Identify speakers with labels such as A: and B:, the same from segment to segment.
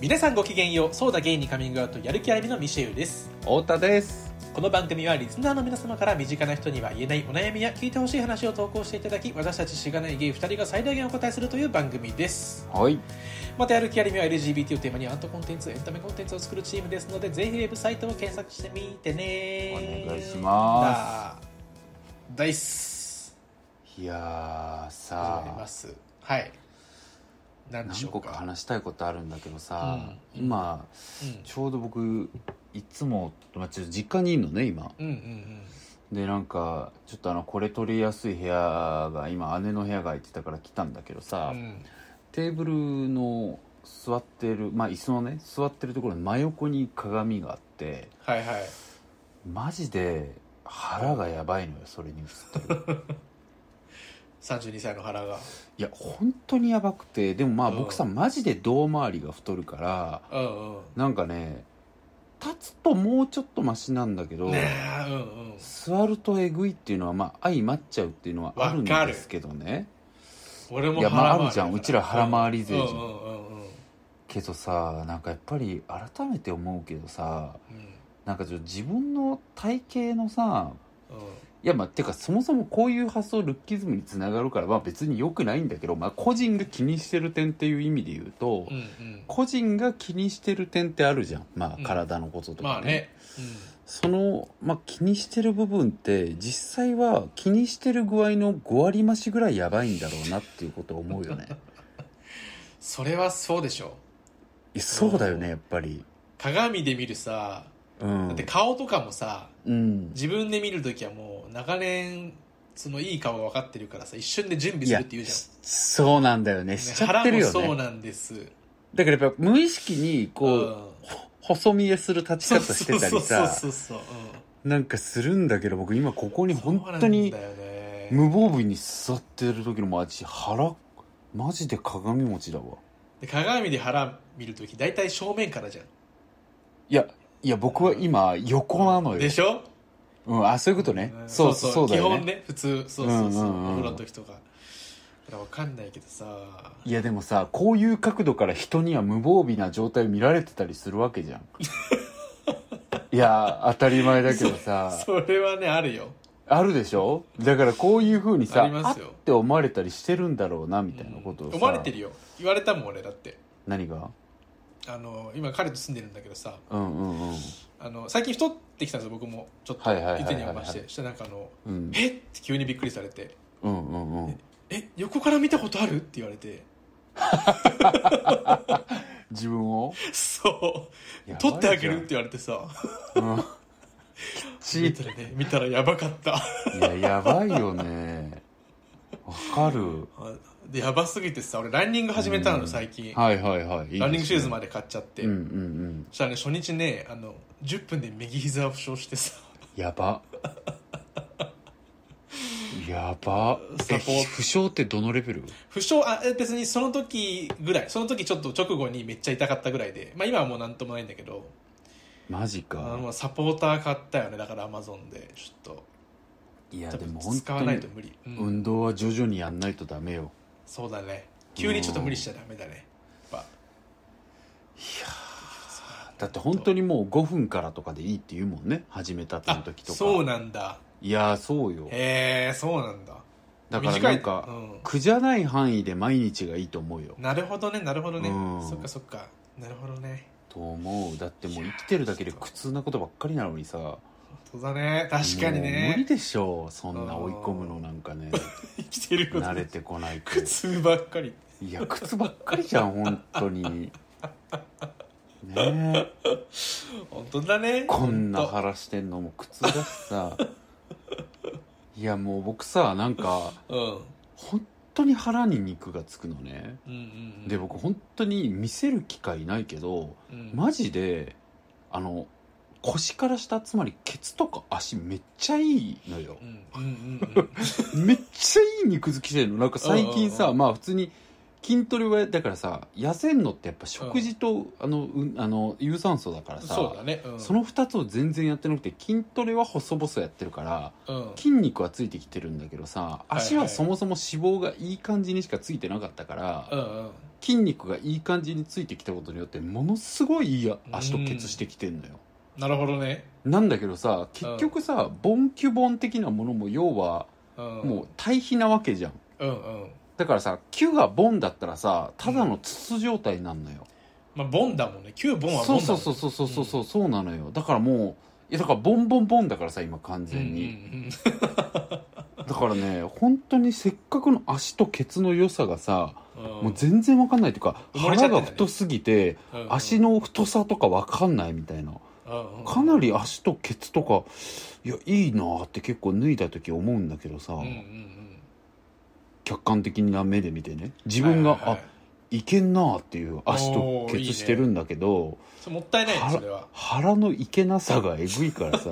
A: 皆さんごきげんようそうだゲイにカミングアウトやる気ありみのミシェウです
B: 太田です
A: この番組はリスナーの皆様から身近な人には言えないお悩みや聞いてほしい話を投稿していただき私たちしがないゲイ2人が最大限お答えするという番組です
B: はい
A: またやる気ありみは LGBT をテーマにアートコンテンツエンタメコンテンツを作るチームですのでぜひウェブサイトを検索してみてね
B: お願いします
A: だいっす
B: いやー
A: 始め
B: さ
A: ま
B: あ
A: すはい何でし
B: 何
A: ょう
B: 個
A: か
B: か話したいことあるんだけどさ、
A: うん
B: 今
A: うん
B: ちょうど僕いつも、まあ、ちょっと実家にいるのね今
A: うんうんうん
B: でなんかちょっとあのこれ取りやすい部屋が今姉の部屋が空いてたから来たんだけどさ、
A: うん
B: テーブルの座ってるまあ椅子のね座ってるところの真横に鏡があって
A: はいはい
B: マジで腹がやばいのよそれに映ってる
A: 32歳の腹が
B: いや本当にやばくてでもまあ
A: うん
B: 僕さマジで胴回りが太るから
A: うんうん
B: なんかね立つともうちょっとマシなんだけど、
A: ねえうんうん
B: 座るとえぐいっていうのはまあ相まっちゃうっていうのはあるんですけどね
A: 俺も
B: いやまあ
A: 腹回り
B: あるじゃんうちら腹回り勢じゃん
A: うんうんうんうん
B: けどさなんかやっぱり改めて思うけどさ
A: うん
B: なんかちょっと自分の体型のさ
A: うん
B: いやまあてかそもそもこういう発想ルッキズムにつながるからまあ別に良くないんだけど、まあ、個人が気にしてる点っていう意味で言うと、
A: うんうん
B: 個人が気にしてる点ってあるじゃん、ま
A: う
B: あ、
A: ん
B: 体のこととか、
A: まあね
B: その、まあ、気にしてる部分って実際は気にしてる具合の5割増しぐらいやばいんだろうなっていうことを思う よね
A: それはそうでしょ
B: いやそうだよねやっぱり
A: 鏡で見るさ
B: う
A: だ
B: ん
A: って顔とかもさ
B: うん
A: 自分で見るときはもう長年そのいい顔が分かってるからさ一瞬で準備するって言うじゃん
B: しそうなんだよねしちゃってるよ
A: 腹もそう
B: ね
A: なんです
B: だからやっぱ無意識にこう、
A: うん
B: 細見えする立ち方してたりさ
A: そうそうそうそううん
B: なんかするんだけど僕今ここに本当に
A: そうなんだよね
B: 無防備に座ってる時のマジ腹マジで鏡餅だわ
A: で鏡で腹見るとき大体正面からじゃん
B: いやいや僕は今横なのよ
A: でしょ
B: うんあそういうことね、
A: ん
B: そうそうそうだよ
A: 基
B: ね
A: 本ね普通そうそうそう,、
B: うんうんうん
A: お風呂の時とかだから分かんないけどさ
B: いやでもさこういう角度から人には無防備な状態を見られてたりするわけ じゃんいや当たり前だけどさ
A: それはねあるよ
B: あるでしょだからこういうふうにさ
A: ありますよ
B: あって思われたりしてるんだろうなみたいなことをさ、
A: 思われてるよ言われたもん俺だって
B: 何が
A: あの今彼と住んでるんだけどさ
B: うんうんうん
A: あの最近太ってきたんですよ僕もちょっと
B: はいはいはい
A: 以
B: はいはい
A: 前にはましてしたらなんかあの
B: うん
A: 「えっ?」て急にびっくりされて
B: うんうんうん
A: 「え横から見たことある?」って言われて
B: 自分を
A: 「そう
B: やばいじゃ
A: 取
B: ん
A: ってあげる?」って言われてさ
B: うんきっち
A: 見
B: り
A: たらね見たらやばかった
B: いややばいよねわかる
A: あでやばすぎてさ俺ランニング始めた
B: う
A: の
B: ん
A: 最近、
B: はいはいはいいいですね
A: ランニングシューズまで買っちゃって、
B: うんうんうん
A: そしたらね初日ねあの10分で右膝を負傷してさ
B: やばやば
A: サポート
B: え負傷ってどのレベル
A: 負傷あえ別にその時ぐらいその時ちょっと直後にめっちゃ痛かったぐらいで、まあ、今はもうなんともないんだけど
B: マジ
A: あ
B: か
A: のサポーター買ったよねだからアマゾンでちょっと
B: いや
A: 多
B: で
A: 分
B: も本
A: 使
B: 当
A: わない
B: に
A: と無理、うん
B: 運動は徐々にやんないとダメよ
A: そうだね急にちょっと無理しちゃダメだねやっぱ
B: だって本当にもう5分からとかでいいって言うもんね始めたての
A: あ
B: 時とか
A: そうなんだ
B: いやそうよ
A: へえそうなんだ
B: だから
A: 短
B: ないんか、
A: うん
B: 苦じゃない範囲で毎日がいいと思うよ
A: なるほどねなるほどね
B: うん
A: そっかそっかなるほどね
B: と思うだってもう生きてるだけで苦痛なことばっかりなのにさ
A: そうだね確かに
B: もう無理
A: ね
B: でしょうそんな追い込むのなんかね
A: 生きてること
B: 慣れてこないと
A: 苦痛ばっかり
B: いや靴ばっかりじゃん本当 にねえ
A: 本当だね
B: こんな
A: 本当
B: 腹してんのも靴だしさいやもう僕さなんか
A: うん
B: 本当に腹に肉がつくのね
A: うんうんうん
B: で僕本当に見せる機会ないけど
A: うん
B: マジであの腰から下つまりケツとか足めっちゃいいの よ
A: うんうんうんうん
B: めっちゃいい肉付きしてるのなんか最近
A: うん
B: さ
A: うんう
B: まあ普通に筋トレはだからさ痩せんのってやっぱ食事と、あのうんあの有酸素だからさ
A: そうだねうん
B: その2つを全然やってなくて筋トレは細々やってるから
A: うん
B: 筋肉はついてきてるんだけどさ
A: いはい
B: 足はそもそも脂肪がいい感じにしかついてなかったから、
A: うんうん
B: 筋肉がいい感じについてきたことによってものすごいいい足とケツしてきてんのよ、
A: なるほどね、
B: なんだけどさ結局さ、ボンキュボン的なものも要は
A: うん、
B: もう対比なわけじゃん
A: うんうん
B: だからさ「キュ」がボンだったらさただの筒状態なんのよ、
A: まあボンだもんね旧ボンはボンだも
B: そ
A: ん
B: うそうそうそうそうそうそうそうなのよだからもういやだからボンボンボンだからさ今完
A: うんうん
B: 全に、
A: うん
B: だからね本当にせっかくの足とケツの良さがさ、
A: うん
B: もう全然わかんないというか
A: 埋もれちゃって
B: 腹
A: んだね
B: が太すぎて
A: うんうん
B: 足の太さとかわかんないみたいな
A: うんうん
B: かなり足とケツとかいやいいなーって結構脱いだ時思うんだけどさ、
A: うんうんうん
B: 客観的な目で見てね自分が、
A: はいはいはい
B: あいけんなーっていう足とケツしてるんだけど
A: それもったいないねそれは
B: 腹のいけなさがえぐい からさ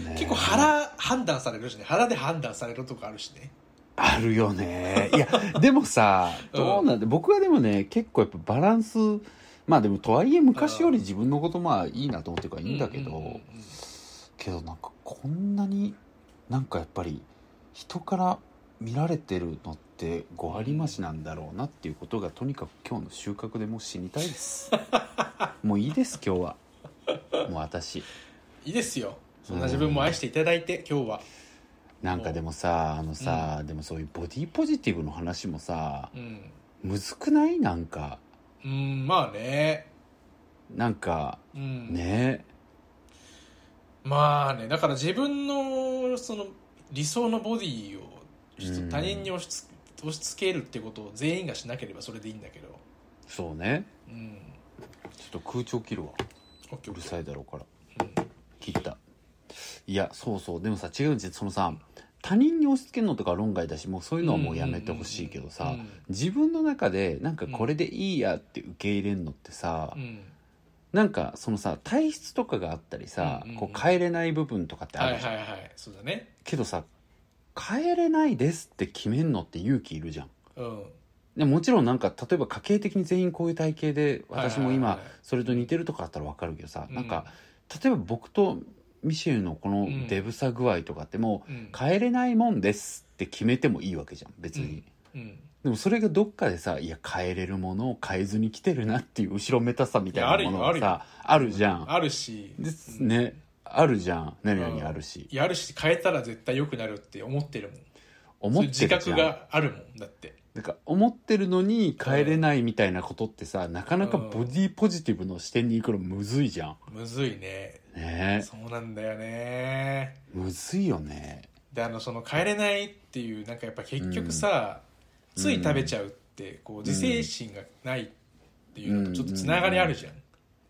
B: ねえ
A: 結構腹判断されるしね腹で判断されるとかあるしね
B: あるよねいやでもさ
A: うん
B: どうなんで、僕はでもね結構やっぱバランスまあでもとはいえ昔より自分のことまあいいなと思ってるからいいんだけど、
A: ううんうん
B: けどなんかこんなになんかやっぱり人から見られてるのって5割増しなんだろうなっていうことがとにかく今日の収穫でもう死にたいです もういいです今日はもう私
A: いいですよそんな自分も愛していただいて今日は
B: なんかでもさあのさ、でもそういうボディポジティブの話もさ
A: うん
B: むずくないなんか
A: うんまあね
B: なんか
A: うん
B: ね
A: まあねだから自分のその理想のボディをちょっと
B: うん
A: 他人に押しつ押し付けるってことを全員がしなければそれでいいんだけど
B: そうね
A: うん
B: ちょっと空調切るわ
A: オッケ
B: う
A: ーオッ
B: る
A: ケ
B: さいだろうから
A: ーうん
B: 切ったいやそうそうでもさ違うんですよそのさ他人に押し付けるのとか論外だしもうそういうのはもうやめてほしいけどさ、
A: うんうん
B: 自分の中でなんかこれでいいやって受け入れるのってさ、
A: うん
B: なんかそのさ体質とかがあったりさ、
A: うんうんうん
B: こう変えれない部分とかってあ
A: はい
B: るじゃん、
A: はいはいそうだね
B: けどさ変えれないですって決めんのって勇気いるじゃん
A: うん
B: でもちろんなんか例えば家系的に全員こういう体型で
A: はいはいはい
B: 私も今それと似てるとかあったら分かるけどさ、
A: うん
B: なんか例えば僕とミシェルのこの
A: うん
B: デブさ具合とかっても
A: うん
B: う変えれないもんですって決めてもいいわけじゃん別に、
A: うん
B: でもそれがどっかでさいや変えれるものを変えずに来てるなっていう後ろめたさみたいなものが
A: いやあ
B: さあるじゃん
A: あるし
B: です
A: うん
B: ねあるじゃん何
A: うん
B: 々あるし、
A: いやあるし変えたら絶対良くなるって思ってるもん
B: 思ってるじ
A: 自
B: ゃん
A: 覚があるもんだって
B: なんか思ってるのに帰れないみたいなことってさ、なかなかボディポジティブの視点に行くのむずいじゃん。
A: むずいね
B: ね
A: そうなんだよね
B: え。むずいよね。
A: であのその帰れないっていうなんかやっぱ結局さ、
B: うん
A: つい食べちゃうってこう自制心がないっていうのとちょっとつながりあるじゃん、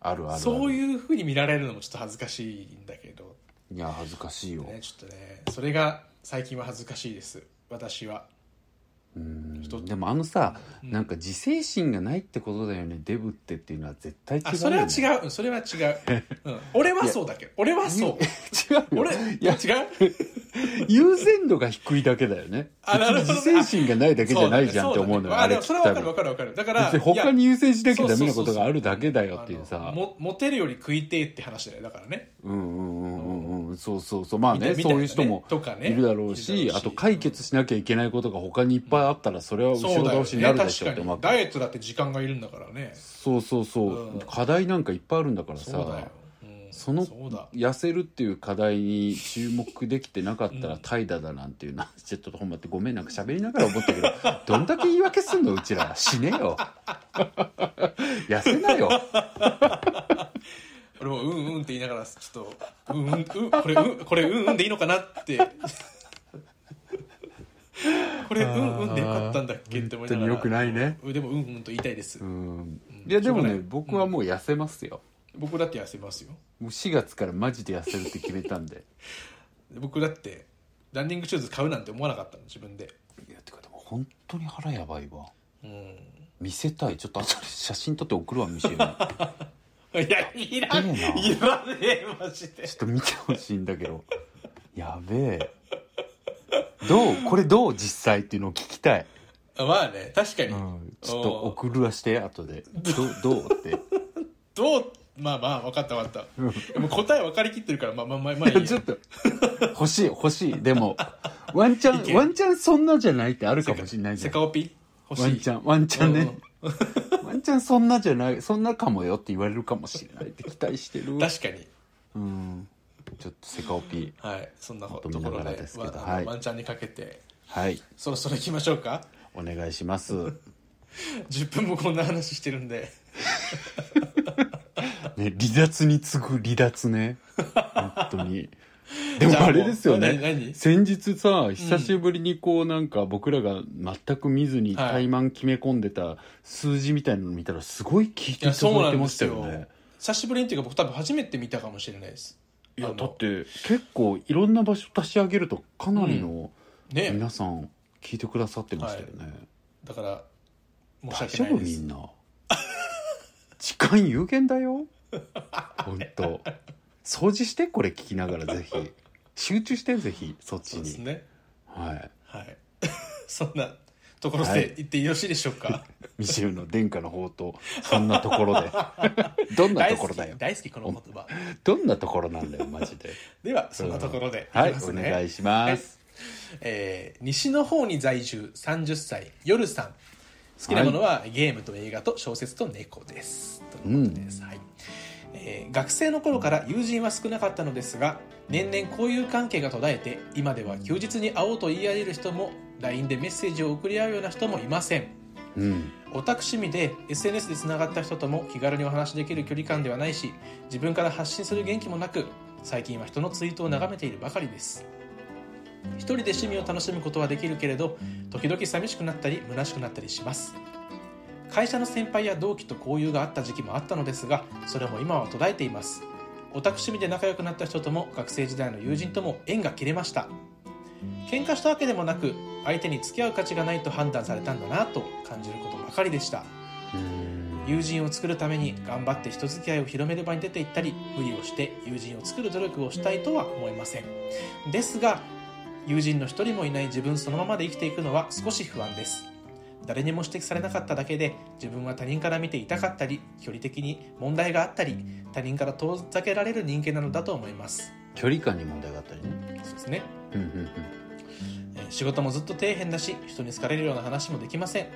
B: あるあるある。
A: そう
B: う。
A: いうふうに見られるのもちょっと恥ずかしいんだけど、
B: いや、恥ずかしいよ。
A: ね、ちょっとねそれが最近は恥ずかしいです私は
B: うん
A: 太っ
B: でもあのさ、
A: うん
B: なんか自制心がないってことだよね、デブってっていうのは絶対違うよ、
A: あ
B: ね。
A: それは違
B: う。
A: ううんそれは違う、うん、俺はそうだけど俺はそう
B: 違うよ
A: 俺
B: い
A: 違
B: や
A: う、
B: 優先度が低いだけだよね。
A: あなるほど
B: 別に自制心がないだけじゃないじゃんって思うのよ。
A: あでもそ
B: 聞
A: れ
B: くた
A: は分か
B: び
A: る分かる分かるだ
B: 別
A: から
B: に他に優先し
A: い
B: な
A: や
B: きゃダメなことがあるだけだ
A: そう
B: よ
A: そう
B: っていう
A: あの
B: さ。
A: もモテるより食いてえって話だよだからね
B: うんうんうんうんうんそうそうそうまあね
A: みたいな
B: そういう人も
A: とかね
B: いるだろう
A: い
B: し
A: るだろ
B: あ
A: うし
B: と解決しなきゃいけないことが他にいっぱいあったらそれは後ろ倒しになるでしょ
A: そう
B: って
A: だ
B: ま
A: よね
B: あ
A: 確かにダイエットだって時間がいるんだからね
B: そうそうそう、
A: うん
B: 課題なんかいっぱいあるんだから
A: そうだよ
B: さ、
A: うん
B: その
A: そうだ
B: 痩せるっていう課題に注目できてなかった
A: う
B: ら
A: ん
B: 怠惰だなんていうな、 ちょっとほんまってごめんなんか喋りながら思ったけどどんだけ言い訳すんのうちら死ねよ 痩せなよ
A: 俺もうんうんって言いながらちょっとうんうんうんこれうんこれうんうんでいいのかなってこれうんうんでよかったんだっけって思いな
B: 本当に
A: がら
B: 良くないね
A: うんでもうんうんと言いたいです
B: うんいやでも
A: しょうがな
B: ね
A: い
B: 僕はもう痩せますよ、
A: 僕だって痩せますよ
B: もう4月からマジで痩せるって決めたんで
A: 僕だってランニングシューズ買うなんて思わなかったの自分で
B: いやてかでも本当に腹やばいわ
A: うん
B: 見せたいちょっと後で写真撮って送るわ見せるちょっ
A: いやいらん
B: いいな
A: 言わねえマジで
B: と見てほしいんだけどやべえどうこれどう実際っていうのを聞きたい、
A: あまあね確かに、
B: うん、ちょっと送るわして後でどどうって
A: どうまあまあ分かった分かった、もう答え分かりきってるからまあまあまあまあいいや
B: ちょっと欲しい欲しいでもワンチ
A: い
B: ャ
A: け
B: ンワンチャンそんなじゃないってあるかもしれないじ
A: セ
B: ゃん
A: カオピ欲
B: ワ
A: しい
B: ンチャンワンチャンね
A: うん
B: ワンチャンそんなじゃないそんなかもよって言われるかもしれないって期待してる
A: 確かに
B: うんちょっとセカオピ
A: はいそんなこと
B: 求
A: こ
B: めな
A: ろ
B: がら
A: で
B: ですけど
A: わ
B: はい
A: ワンチャンにかけて
B: はい
A: そろそろ行きましょうか
B: お願いします
A: 10分もこんな話してるんで
B: ね離脱に次ぐ離脱 ね本当にで
A: じ
B: も
A: ゃ
B: あ
A: もう
B: れですよね
A: 何何
B: 先日さ久しぶりにこうなんか僕らが全く見ずに
A: はい
B: 怠慢決め込んでた数字みたいなの見たらすごい聞いて
A: い
B: い
A: や
B: た
A: そう
B: だいて
A: なんで
B: まし
A: す
B: た
A: よ
B: よね
A: 久しぶりにっていうか僕多分初めて見たかもしれないです
B: いや
A: あの
B: だって結構いろんな場所足し上げるとかなりの
A: ね
B: 皆さん聞いてくださってましたよね、
A: だから
B: 大
A: 申し
B: 丈
A: 訳
B: 夫
A: ないで
B: み
A: す
B: んな時間有限だよ本当掃除してこれ聞きながらぜひ集中してぜひそっち
A: そうです
B: に、
A: ね
B: はい
A: はい そんなところ
B: はい
A: で行ってよろしいでしょう か
B: ミシェルの殿下の宝刀そんなところ でどんなと
A: 大
B: こ
A: 好
B: ろ
A: き
B: だよ
A: 大好きこの言葉
B: どんなところなんだよマジで
A: ではそんなところで
B: はい
A: いきます
B: お
A: ね
B: 願いします、
A: えー西の方に在住30歳夜さん好きなものはゲームと映画と小説と猫です、ということです、はいえー学生の頃から友人は少なかったのですが年々交友関係が途絶えて今では休日に会おうと言い合える人も LINE でメッセージを送り合うような人もいません
B: うん
A: オタク趣味で SNS でつながった人とも気軽にお話しできる距離感ではないし自分から発信する元気もなく最近は人のツイートを眺めているばかりです一人で趣味を楽しむことはできるけれど時々寂しくなったり虚しくなったりします会社の先輩や同期と交友があった時期もあったのですがそれも今は途絶えていますオタク趣味で仲良くなった人とも学生時代の友人とも縁が切れました喧嘩したわけでもなく相手に付き合う価値がないと判断されたんだなと感じることばかりでした
B: うん
A: 友人を作るために頑張って人付き合いを広める場に出ていったり無理をして友人を作る努力をしたいとは思いませんですが友人の一人もいない自分そのままで生きていくのは少し不安です誰にも指摘されなかっただけで自分は他人から見て痛かったり距離的に問題があったり他人から遠ざけられる人間なのだと思います
B: 距離感に問題があったりね
A: そうですね
B: うんうんうん
A: えー仕事もずっと底辺だし人に好かれるような話もできません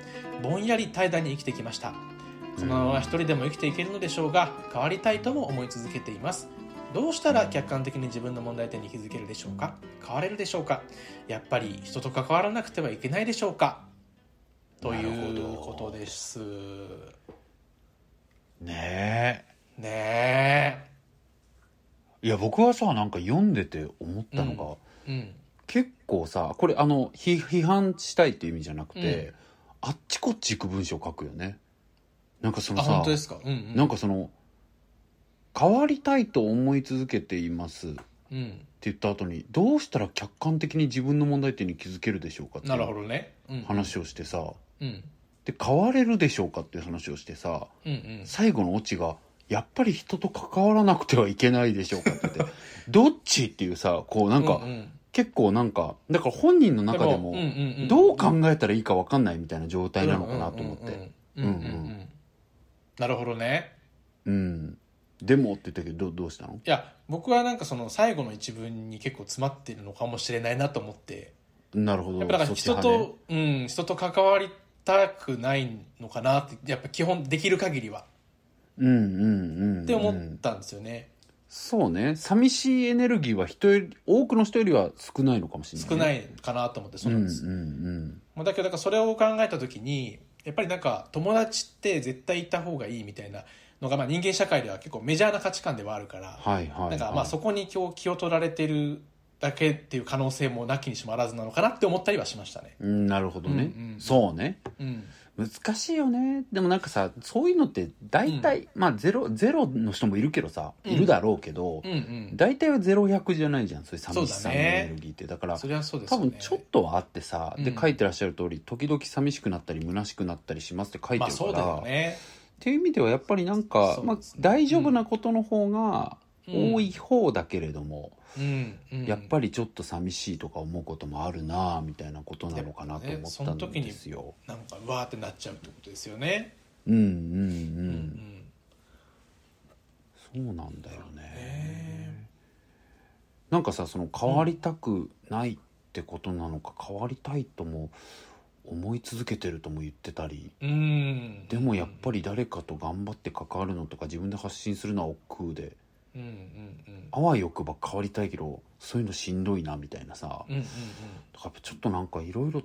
A: ぼんやり怠惰に生きてきましたこのまま一人でも生きていけるのでしょうが変わりたいとも思い続けていますどうしたら客観的に自分の問題点に気づけるでしょうか変われるでしょうかやっぱり人と関わらなくてはいけないでしょうかとい
B: なる
A: う
B: ほ
A: こ
B: ど
A: とです
B: ね
A: ね
B: えいや僕はさなんか読んでて思ったのが、
A: うんえうん
B: 結構さこれあのひ批判したいっていう意味じゃなくて、あっちこっち行く文章書くよねなんかそ
A: あ
B: の
A: 本
B: さ
A: 当ですかうんうん
B: なんかその変わりたいと思い続けていますって
A: うん
B: 言った後にどうしたら客観的に自分の問題点に気づけるでしょうかってい
A: なるほ
B: う
A: どねうん
B: 話をしてさ
A: うん
B: で変われるでしょうかっていう話をしてさ
A: うんうん
B: 最後のオチがやっぱり人と関わらなくてはいけないでしょうかって言って どっちっていうさこうなんか、
A: ううん
B: 結構なんかだから本人の中でも
A: うんうんうん
B: どう考えたらいいか分かんないみたいな状態なのかなと思って
A: うんうん
B: うんうん
A: うんうんうんうんなるほどね
B: うんでもって言ったけどどどうしたの
A: いや僕はなんかその最後の一文に結構詰まってるのかもしれないなと思って
B: なるほど
A: やっぱだから
B: そち
A: 人
B: 派ね
A: と、うん人と関わりたくないのかなってやっぱ基本できる限りは
B: うんうんうんうん
A: って思ったんですよね、
B: そうね寂しいエネルギーは人より多くの人よりは少ないのかもしれないね
A: 少ないかなと思ってそうなんです、
B: うんうん
A: まあだけどだからそれを考えた時にやっぱりなんか友達って絶対いた方がいいみたいなのがまあ人間社会では結構メジャーな価値観ではあるから、
B: はいはい、はい、
A: なんかまあそこに今日気を取られてるだけっていう可能性もなきにしもあらずなのかなって思ったりはしましたね。
B: うんなるほどね、
A: うんうん
B: そうね
A: うん、
B: 難しいよねでもなんかさそういうのって大体、まあゼロゼロの人もいるけどさいるだろうけど、
A: うん、うん。
B: 大体は0100じゃないじゃんそういう寂しさの
A: そうだね
B: エネルギーってだ,、から
A: それはそうです
B: 多
A: よね。
B: 分ちょっとはあってさ、
A: うん
B: で書いてらっしゃる通り時々寂しくなったり虚しくなったりしますって書いて
A: まあ
B: るか
A: そう
B: ら、
A: だよね。
B: っていう意味ではやっぱりなんか、
A: そう
B: まあ
A: です、ね
B: 大丈夫なことの方が
A: うん
B: 多い方だけれども、
A: うん、うん。
B: やっぱ
A: り
B: りちょっと寂しいとか思うこともあるなあみたいなことなのかなと思ったんですよ。
A: なんかうわーってなっちゃうってことですよね。
B: うんうんう、
A: うんん、
B: そうなんだよね
A: ね。
B: なんかさその変わりたくないってことなのか、変わりたいとも思い続けてるとも言ってたり
A: うん
B: でもやっぱり誰かと頑張って関わるのとか自分で発信するのは億劫で
A: うんうん
B: あわよくば変わりたいけどそういうのしんどいなみたいなさ
A: うんうんうん
B: だからやっぱちょっとなんかいろいろ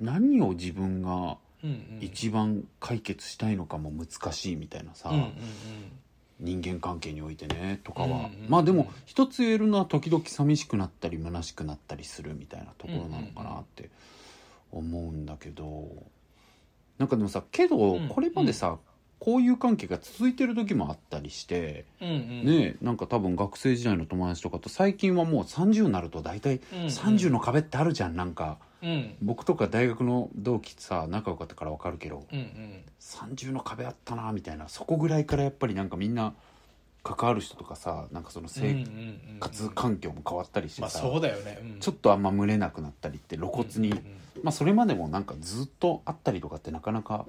B: 何を自分が
A: うんうん
B: 一番解決したいのかも難しいみたいなさ、
A: うんうんうん
B: 人間関係においてねとかは、
A: うんうん
B: まあでも一つ言えるのは時々寂しくなったり虚しくなったりするみたいなところなのかなって思うんだけど、なんかでもさけど
A: うん
B: これまでさ、こういう関係が続いてる時もあったりして、
A: うんうん
B: ねなんか多分学生時代の友達とかと最近はもう30になると大体
A: うんうん
B: 30の壁ってあるじゃんなんか
A: うんうん
B: 僕とか大学の同期さ仲良かったから分かるけど、
A: うん
B: 30の壁あったなみたいなそこぐらいからやっぱりなんかみんな関わる人とかさなんかその
A: うん
B: 生
A: うん
B: 活環境も変わったりし
A: ま
B: て
A: あ
B: さ、
A: そうだよね、うん、
B: ちょっとあんま群れなくなったりって露骨に、
A: うん
B: まあ、それまでもなんかずっとあったりとかってなかなか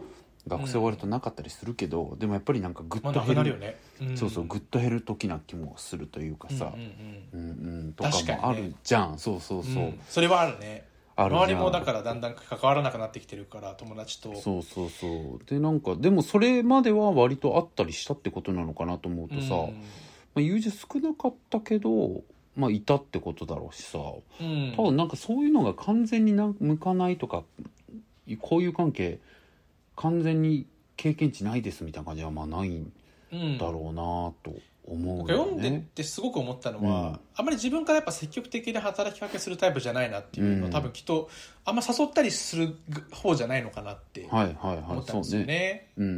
B: 学生終わるとなかったりするけど、でもやっぱりなんかぐっ
A: まあ
B: と
A: なくな
B: 減
A: る
B: る,、
A: よね、ん
B: そうそうぐっと減る時な気もするというかさ、う
A: う
B: んん
A: うん
B: うんとか
A: 確かにね
B: もあるじゃん、そうそう
A: うん
B: そう、
A: うんそれはあるね
B: あるじゃん
A: 周りもだからだんだん関わらなくなってきてるから友達と
B: そうそうそうでなんかでもそれまでは割とあったりしたってことなのかなと思うとさ、まあ、友人少なかったけど、まあ、いたってことだろうしさ
A: うん、うん
B: 多分なんかそういうのが完全にな向かないとかこういう関係完全に経験値ないですみたいな感じはまあないん
A: うん
B: だろうなと思
A: なん
B: う
A: か
B: よ
A: 読んでっ
B: ね。
A: てすごく思ったのは、
B: うん
A: あんまり自分からやっぱ積極的に働きかけするタイプじゃないなっていうのを、
B: うん
A: 多分きっとあんま誘ったりする方じゃないのかなって
B: はいはいは
A: 思
B: い
A: ったん
B: そう
A: ですよね,、
B: ね。うんうんう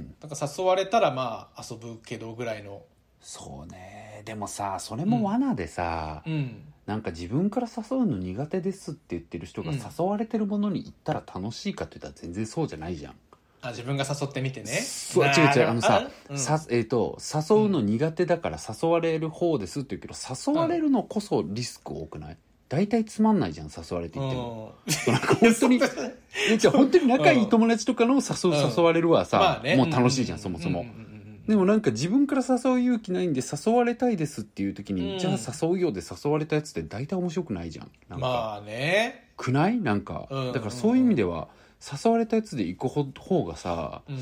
B: ん。
A: なんか誘われたらまあ遊ぶけどぐらいの
B: そうねでもさそれも罠でさ、
A: うん
B: なんか自分から誘うの苦手ですって言ってる人が
A: うん
B: 誘われてるものに行ったら楽しいかって言ったら全然そうじゃないじゃん。
A: あ自分が誘ってみてね
B: そう
A: な
B: 違う違うあのさ
A: うん
B: さえー、と誘うの苦手だから誘われる方ですって言うけど誘われるのこそリスク多くない大体つまんないじゃん誘われていっても、なんか 本当に
A: うん
B: えじゃあ本当に仲いい友達とかの誘う、
A: うん
B: 誘われるはさ、
A: まあね
B: もう楽しいじゃん、
A: う
B: そもそも、
A: うんうんうん
B: でもなんか自分から誘う勇気ないんで誘われたいですっていう時に、
A: うん
B: じゃあ誘うようで誘われたやつって大体面白くないじゃんなんか、
A: まあね、
B: くないなんか、
A: うん
B: だからそういう意味では誘われたやつで行くほ方がさ
A: うん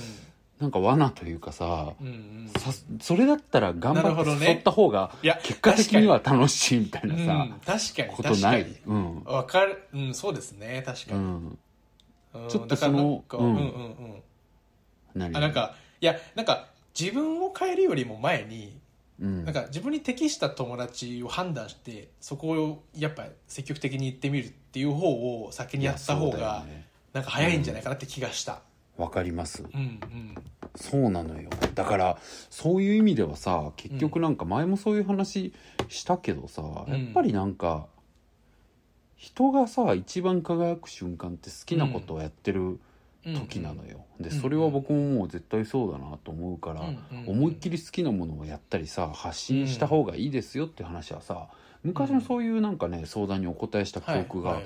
B: なんか罠というかさ、
A: うんうん、
B: さそれだったら頑張
A: なるほど
B: って
A: ね
B: 誘った方が
A: いや
B: 結果的には楽しいみたい
A: 確
B: な
A: かに
B: さ、
A: うん確かに
B: ことない
A: 確か
B: うん
A: に、わかるうんそうですね確か
B: う
A: に、
B: ん、
A: うん
B: ちょっと
A: だか
B: そ
A: ら
B: の
A: なんかうん
B: うん
A: うんうん
B: 何
A: あなんかいやなんか自分を変えるよりも前に
B: うん
A: なんか自分に適した友達を判断してそこをやっぱ積極的に行ってみるっていう方を先にやった
B: い
A: 方
B: やそうだよ
A: が
B: ね
A: なんか早いんじゃないかなって気がした
B: わ、かります
A: うんうん
B: そうなのよだからそういう意味ではさ結局なんか前もそういう話したけどさ、
A: うん
B: やっぱりなんか人がさ一番輝く瞬間って好きなことをやってる
A: うん
B: 時なのよ、で
A: うん
B: それは僕ももう絶対そうだなと思うから、
A: うんうん
B: 思いっきり好きなものをやったりさ発信した方がいいですよって話はさ昔のそういうなんかね相談にお答えした記憶
A: は
B: が
A: い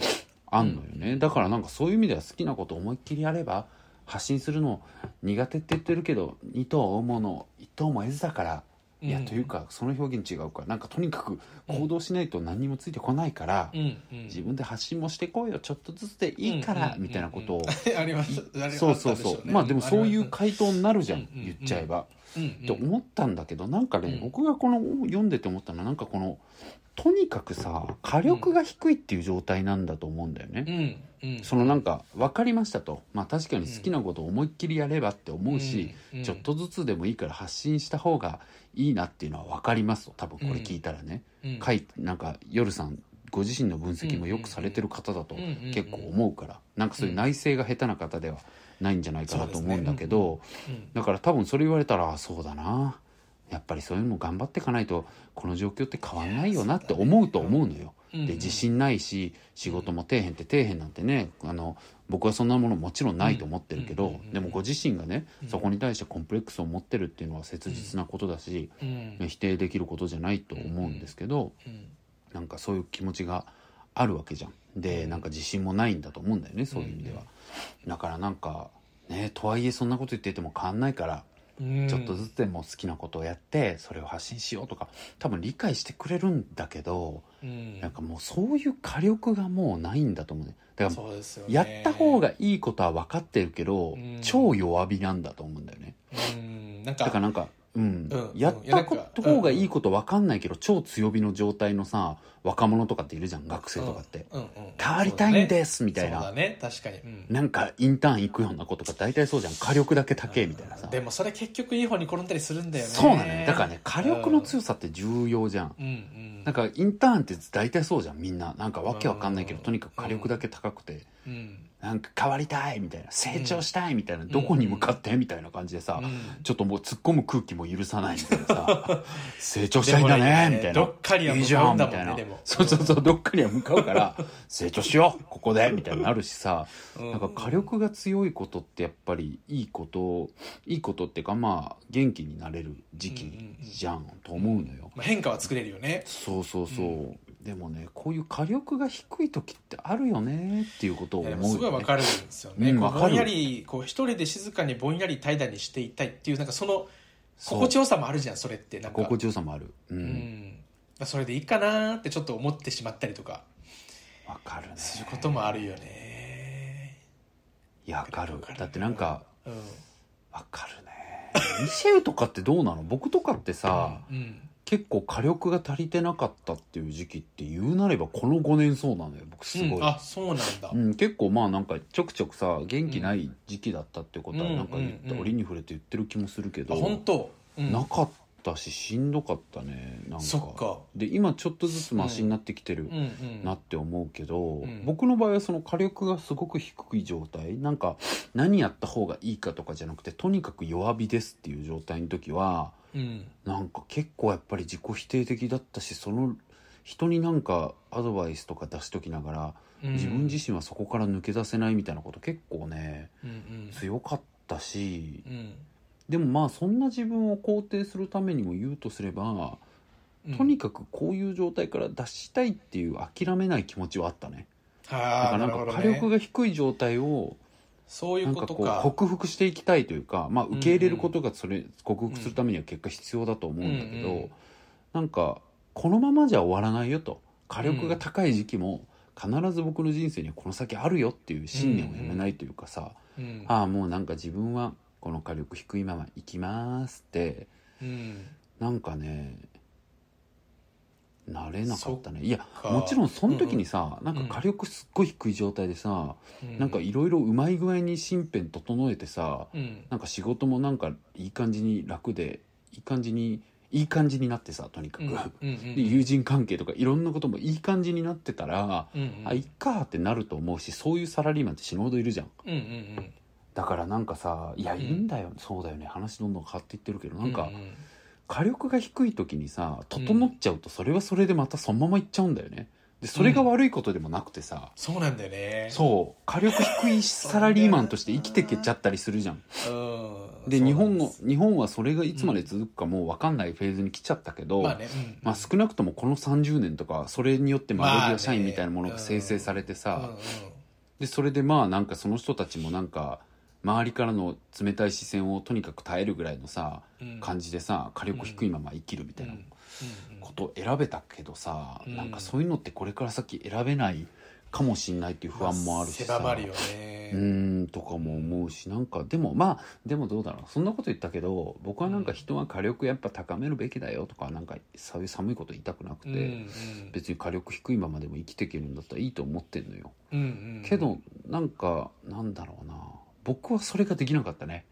B: あんのよねだからなんかそういう意味では好きなことを思いっきりやれば発信するの苦手って言ってるけど二頭は追うもの一頭も得ずだから
A: うん
B: いやというかその表現違うからなんかとにかく行動しないと何にもついてこないから
A: うんうん
B: 自分で発信もしてこいよちょっとずつでいいから
A: うん
B: みたいなことを
A: ありますあります
B: そうそうそうまあでもそういう回答になるじゃ
A: うん
B: ん
A: うんうん
B: 言っちゃえば。
A: うん
B: って思ったんだけどなんかね、
A: うん
B: 僕がこの読んでて思ったのはなんかこのとにかくさ火力が低いっていう状態なんだと思うんだよ
A: う
B: ね。
A: んうん
B: そのなんか分かりましたと、まあ、確かに好きなことを思いっきりやればって思うし、
A: うん
B: ちょっとずつでもいいから発信した方がいいなっていうのは分かりますと多分これ聞いたらね、
A: うん
B: かいなんか夜さんご自身の分析もよくされてる方だと
A: うん
B: 結構思うからなんかそういう内政が下手な方ではないんじゃないかなと思うんだけど。
A: うん
B: だから多分それ言われたらあそうだなやっぱりそういうのも頑張っていかないとこの状況って変わんないよなって思うと思うのよ。
A: うんうん
B: で自信ないし仕事も底辺って底辺なんてねあの僕はそんなものもちろんないと思ってるけ
A: うんうん
B: ど
A: うんうん
B: でもご自身がね
A: うん
B: そこに対してコンプレックスを持ってるっていうのは切実なことだし
A: うん
B: 否定できることじゃないと思うんですけど
A: うん
B: なんかそういう気持ちがあるわけじゃん。でなんか自信もないんだと思うんだよねそういう意味では。だからなんかねとはいえそんなこと言ってても変わんないから
A: うん
B: ちょっとずつでも好きなことをやってそれを発信しようとか多分理解してくれるんだけど
A: うん
B: なんかもうそういう火力がもうないんだと思うねだから
A: そうですよね
B: やった方がいいことは分かってるけど
A: うん
B: 超弱火なんだと思うんだよね
A: うんなんか
B: だからなんかうん
A: うん
B: やったこ
A: いやなんか
B: 方がいいこと分かんないけど超強火の状態のさ若者とかっているじゃん学生とかって
A: うんうん
B: 変わりたいん
A: す
B: ですみ
A: み
B: たい
A: そうだ
B: な
A: ね確かに、うん
B: なんかインターン行くような子とか大体そうじゃん火力だけ高えみたいなさ
A: でもそれ結局いい方に転んだりするんだよね
B: そうなのよだからね火力の強さって重要じゃん
A: うんうん
B: なんかインターンって大体そうじゃんみんななんかわけわかんないけど
A: うん
B: とにかく火力だけ高くて
A: うん
B: なんか変わりたいみたいな成長したいみたいなどこに向かってみたいな感じでさ
A: うん
B: ちょっともう突っ込む空気も許さないみたいな さ成長したいんだねみたい
A: でもねどっ
B: な。
A: かにはい
B: い
A: 向
B: じ
A: か
B: ゃ
A: うんん
B: み
A: だもん
B: たい
A: ね
B: な
A: でも
B: そうそうそうどっかには向かうから成長しようここでみたいになるしさ
A: うん
B: なんか火力が強いことってやっぱりいいこといいことっていうかまあ元気になれる時期じゃんと思うのよ。
A: まあ変化は作れるよね
B: そうそうそう、
A: う
B: でもねこういう火力が低い時ってあるよねっていうことを
A: いやで
B: 思う
A: もすごいわか
B: る
A: るんですよね、
B: うん
A: こう
B: わかる
A: ぼんやりこう一人で静かにぼんやり怠惰にしていたいっていうなんかその心地よさもあるじゃんそれってなんか
B: 心地よさもあるう
A: うんんそれでいいかなーってちょっと思ってしまったりとか
B: わ、かるね
A: することもあるよね
B: いやわかるだってなんか
A: うん
B: わかるねミシェウとかってどうなの僕とかってさ、
A: うん
B: 結構火力が足りてなかったっていう時期って言うなればこの5年そうなのよ僕すごい、
A: うんあそうなんだ、
B: うん、結構まあなんかちょくちょくさ元気ない時期だったってことは
A: うん
B: なんか言った、
A: うんうんうん
B: 折に触れて言ってる気もするけど、
A: あ本当、うん
B: なかったししんどかったねなん
A: そっか
B: で今ちょっとずつマシになってきてる
A: うんうん
B: なって思うけど、
A: うん
B: 僕の場合はその火力がすごく低い状態なんか何やった方がいいかとかじゃなくてとにかく弱火ですっていう状態の時は
A: うん
B: なんか結構やっぱり自己否定的だったしその人になんかアドバイスとか出しときながら、
A: うん
B: 自分自身はそこから抜け出せないみたいなこと結構ね
A: うんうん
B: 強かったし
A: うん
B: でもまあそんな自分を肯定するためにも言うとすれば、
A: うん
B: とにかくこういう状態から脱したいっていう諦めない気持ちはあったねだ
A: あ
B: か
A: あ
B: らな
A: な
B: ん
A: るほ
B: か
A: ど、
B: 火
A: ね、
B: 力が低い状態を
A: そうい
B: な
A: うんこ
B: か
A: と
B: こ
A: か
B: う克服していきたいというか、まあ、受け入れることがそれ克服するためには結果必要だと思うんだけど、
A: うんうん
B: なんかこのままじゃ終わらないよと火力が高い時期も必ず僕の人生にはこの先あるよっていう信念をやめないというかさ、
A: うん
B: ああもうなんか自分はこの火力低いまま行きますって
A: うん
B: なんかね慣れなかったねいや
A: か
B: もちろんその時にさ、
A: ん
B: なんか火力すっごい低い状態でさ、
A: うん
B: なんかいろいろうまい具合に身辺整えてさ
A: うん
B: なんか仕事もなんかいい感じに楽でいい感じにいい感じになってさとにか
A: うん
B: く、
A: うん
B: で 友人関係とかいろんなこともいい感じになってたら、
A: うんうん
B: あいっかってなると思うしそういうサラリーマンって死ぬほどいるじゃん。
A: うんうん
B: だからなんかさいや
A: うん
B: いいんだよ、そうだよね話どんどん変わっていってるけど
A: うん
B: なんか
A: ううん
B: 火力が低い時にさ整っちゃうとそれはそれでまたそのままいっちゃうんだよねでそれが悪いことでもなくてさ、
A: そうなんだよね
B: そう火力低いサラリーマンとして生きてけちゃったりするじゃん
A: うん
B: で
A: そう
B: 日
A: なん
B: 本
A: す
B: の日本はそれがいつまで続くかもう分かんないフェーズに来ちゃったけど、
A: まあね、うん
B: まあ、少なくともこの30年とかそれによって
A: まあね
B: マロディア社員みたいなものが生成されてさ、
A: うんうん
B: でそれでまあなんかその人たちもなんか周りからの冷たい視線をとにかく耐えるぐらいのさ
A: うん
B: 感じでさ火力低いまま生きるみたいな
A: うんうんうん
B: ことを選べたけどさ、
A: うん
B: なんかそういうのってこれから先選べないかもしんないっていう不安もあるしさ、
A: 狭まるよね
B: うーんとかも思うしなんかでもまあでもどうだろうそんなこと言ったけど僕はなんか人は火力やっぱ高めるべきだよとかなんかそういう寒いこと言いたくなくて、
A: うんうん
B: 別に火力低いままでも生きていけるんだったらいいと思ってんのよ。
A: うんうん
B: けどなんかなんだろうな僕はそれができなかったね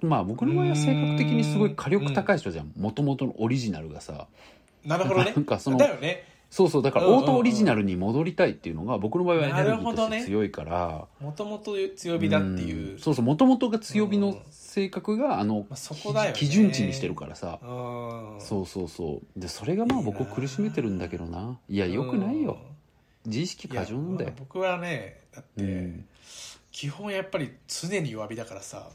B: まあ僕の場合は性格的にすごい火力高い人じゃんもともとのオリジナルがさ
A: なるほどね
B: なんかその
A: だよね
B: そうそうだから
A: うんうんう
B: オ
A: ん
B: ートオリジナルに戻りたいっていうのが僕の場合はエネルギー
A: なる
B: と
A: ほど
B: して
A: ね
B: 強いから
A: もともと強火だってい
B: ん
A: う
B: そうそうもともとが強火
A: うん
B: の性格があの
A: まあそこだよね
B: 基準値にしてるからさ
A: うん
B: そうそうそうでそれがまあ僕を苦しめてるんだけどないやよくないよ自意識
A: うんいや
B: 過剰なんだよ
A: 僕はねだっ
B: う
A: て
B: ん
A: 基本やっぱり常に弱火だからさ